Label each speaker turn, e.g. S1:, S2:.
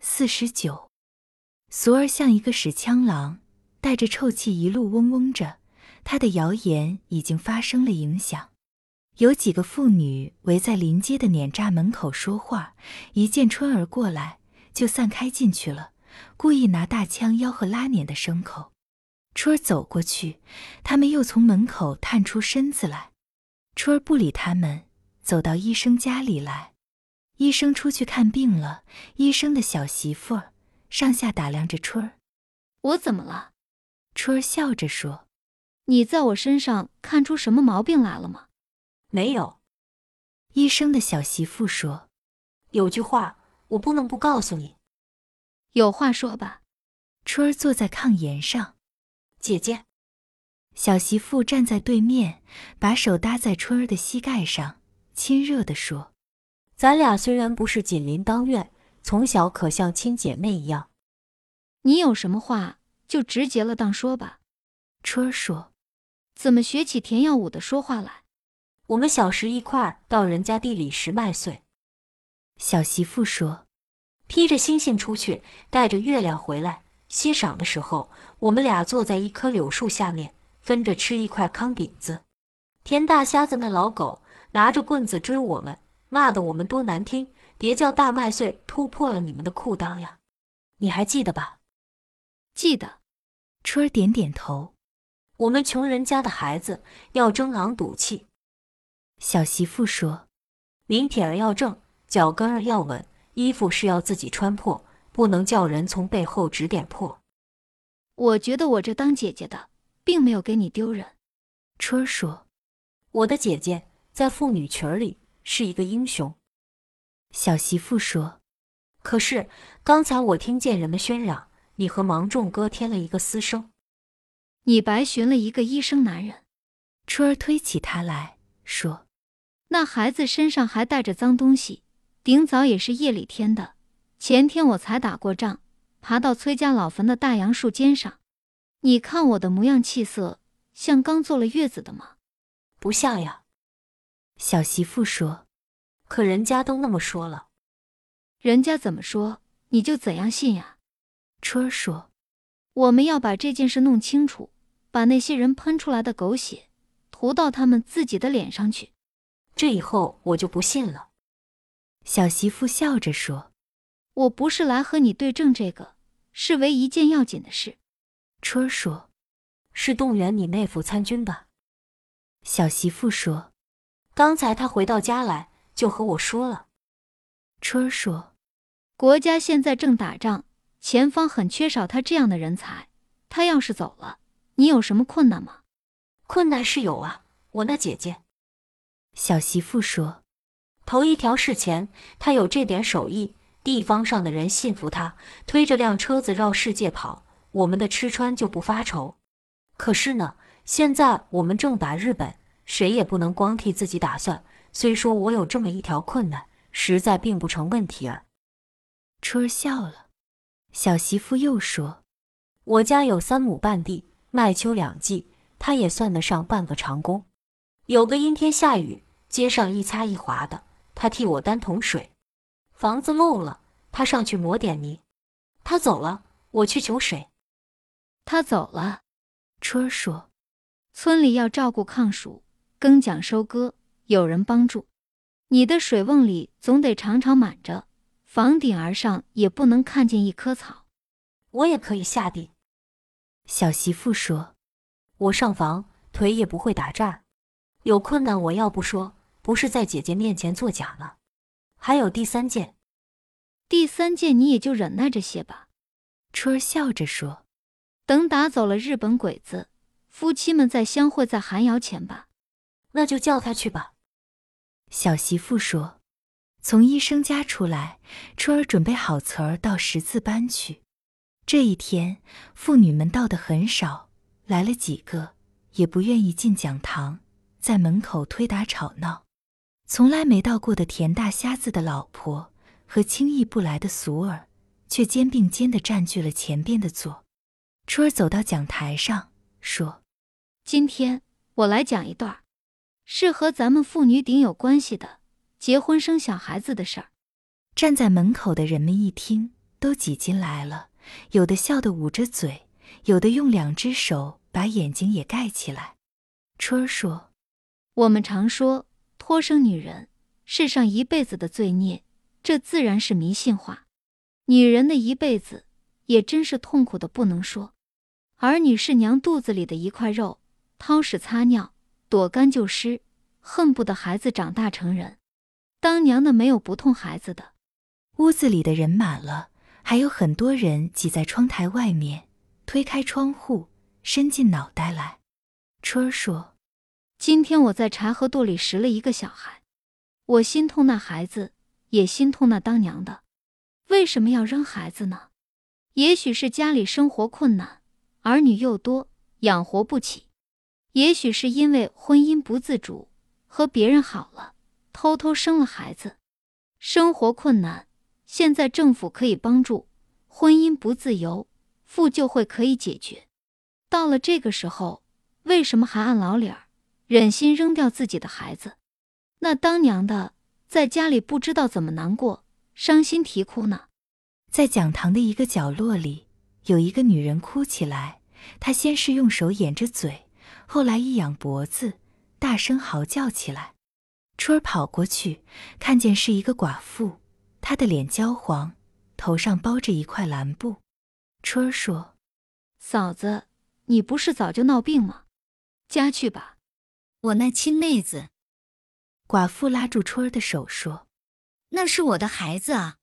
S1: 四十九，索尔像一个屎枪狼，带着臭气一路嗡嗡着。他的谣言已经发生了影响。有几个妇女围在临街的碾栅门口说话，一见春儿过来，就散开进去了，故意拿大枪吆喝拉碾的牲口。春儿走过去，他们又从门口探出身子来。春儿不理他们，走到医生家里来。医生出去看病了，医生的小媳妇儿上下打量着春儿。
S2: 我怎么了？
S1: 春儿笑着说
S2: 你在我身上看出什么毛病来了吗？
S3: 没有，：“
S1: 医生的小媳妇说，
S3: 有句话我不能不告诉你，
S2: 有话说吧。
S1: 春儿坐在炕沿上，
S3: 姐姐，
S1: 小媳妇站在对面，把手搭在春儿的膝盖上，亲热地说
S3: 咱俩虽然不是紧邻当院，从小可像亲姐妹一样。
S2: 你有什么话就直截了当说吧。：‘
S1: 春儿说，
S2: 怎么学起田耀武的说话来？
S3: 我们小时一块儿到人家地里拾麦穗，
S1: 小媳妇说，
S3: 披着星星出去，带着月亮回来。欣赏的时候，我们俩坐在一棵柳树下面，分着吃一块糠饼子。田大瞎子那老狗拿着棍子追我们，骂得我们多难听！别叫大麦穗突破了你们的裤裆呀！你还记得吧？
S2: 记得
S1: 春儿点点头。
S3: 我们穷人家的孩子要争狼赌气，
S1: 小媳妇说，
S3: 鳞片儿要正，脚跟儿要稳，衣服是要自己穿破，不能叫人从背后指点破。
S2: 我觉得我这当姐姐的，并没有给你丢人。
S1: 春儿说，
S3: 我的姐姐在妇女群儿里是一个英雄，
S1: 小媳妇说，
S3: 可是刚才我听见人们喧嚷，你和芒种哥添了一个私生，
S2: 你白寻了一个医生男人，
S1: 春儿推起他来说，
S2: 那孩子身上还带着脏东西，顶早也是夜里添的。前天我才打过仗，爬到崔家老坟的大杨树尖上。你看我的模样气色，像刚坐了月子的吗？
S3: 不像呀。
S1: 小媳妇说，
S3: 可人家都那么说了，
S2: 人家怎么说，你就怎样信呀？
S1: 春儿说，
S2: 我们要把这件事弄清楚，把那些人喷出来的狗血涂到他们自己的脸上去。
S3: 这以后我就不信了。
S1: 小媳妇笑着说，
S2: 我不是来和你对证这个，视为一件要紧的事。
S1: 春儿说，
S3: 是动员你妹夫参军吧？
S1: 小媳妇说，
S3: 刚才他回到家来就和我说了。
S1: 春儿说，
S2: 国家现在正打仗，前方很缺少他这样的人才。他要是走了，你有什么困难吗？
S3: 困难是有啊，我那姐姐
S1: 小媳妇说，
S3: 头一条是钱，她有这点手艺，地方上的人信服她，推着辆车子绕世界跑，我们的吃穿就不发愁。可是呢，现在我们正打日本，谁也不能光替自己打算。虽说我有这么一条困难，实在并不成问题儿。
S1: 春儿笑了。小媳妇又说，
S3: 我家有三亩半地，麦秋两季，它也算得上半个长工。有个阴天下雨，街上一擦一滑的，他替我担桶水；房子漏了，他上去抹点泥；他走了，我去求水。
S2: 他走了，
S1: 春儿说。
S2: 村里要照顾抗暑、耕讲收割，有人帮助。你的水瓮里总得常常满着，房顶而上也不能看见一棵草。
S3: 我也可以下地，
S1: 小媳妇说
S3: 我上房，腿也不会打颤儿。有困难我要不说，不是在姐姐面前作假了。还有第三件，
S2: 第三件你也就忍耐着些吧。：“
S1: 春儿笑着说，
S2: 等打走了日本鬼子，夫妻们再相会在寒窑前吧。
S3: 那就叫他去吧。
S1: 小媳妇说。”从医生家出来，春儿准备好词儿到识字班去。这一天，妇女们到的很少，来了几个，也不愿意进讲堂，在门口推打吵闹。从来没到过的田大瞎子的老婆和轻易不来的俗儿，却肩并肩地占据了前边的座。春儿走到讲台上，说：“
S2: 今天我来讲一段儿，是和咱们妇女顶有关系的结婚生小孩子的事儿。
S1: 站在门口的人们一听，都挤进来了，有的笑得捂着嘴，有的用两只手把眼睛也盖起来。春儿说
S2: 我们常说托生女人，世上一辈子的罪孽，这自然是迷信话。女人的一辈子也真是痛苦的不能说，儿女是娘肚子里的一块肉，掏屎擦尿，躲干就湿，恨不得孩子长大成人。当娘的没有不痛孩子的，：“
S1: 屋子里的人满了，还有很多人挤在窗台外面，推开窗户，伸进脑袋来。”春儿说
S2: 今天我在柴禾垛里拾了一个小孩，我心痛那孩子，也心痛那当娘的。为什么要扔孩子呢？也许是家里生活困难，儿女又多，养活不起；也许是因为婚姻不自主，和别人好了，偷偷生了孩子。生活困难，现在政府可以帮助；婚姻不自由，妇就会可以解决。到了这个时候，为什么还按老理儿？忍心扔掉自己的孩子。那当娘的在家里不知道怎么难过，伤心啼哭呢。：“
S1: 在讲堂的一个角落里，有一个女人哭起来。她先是用手掩着嘴，后来一仰脖子，大声嚎叫起来。”春儿跑过去，看见是一个寡妇，她的脸焦黄，头上包着一块蓝布。春儿说。
S2: 嫂子，你不是早就闹病吗？家去吧。
S4: 我那亲妹子，
S1: 寡妇拉住春儿的手说
S4: 那是我的孩子啊，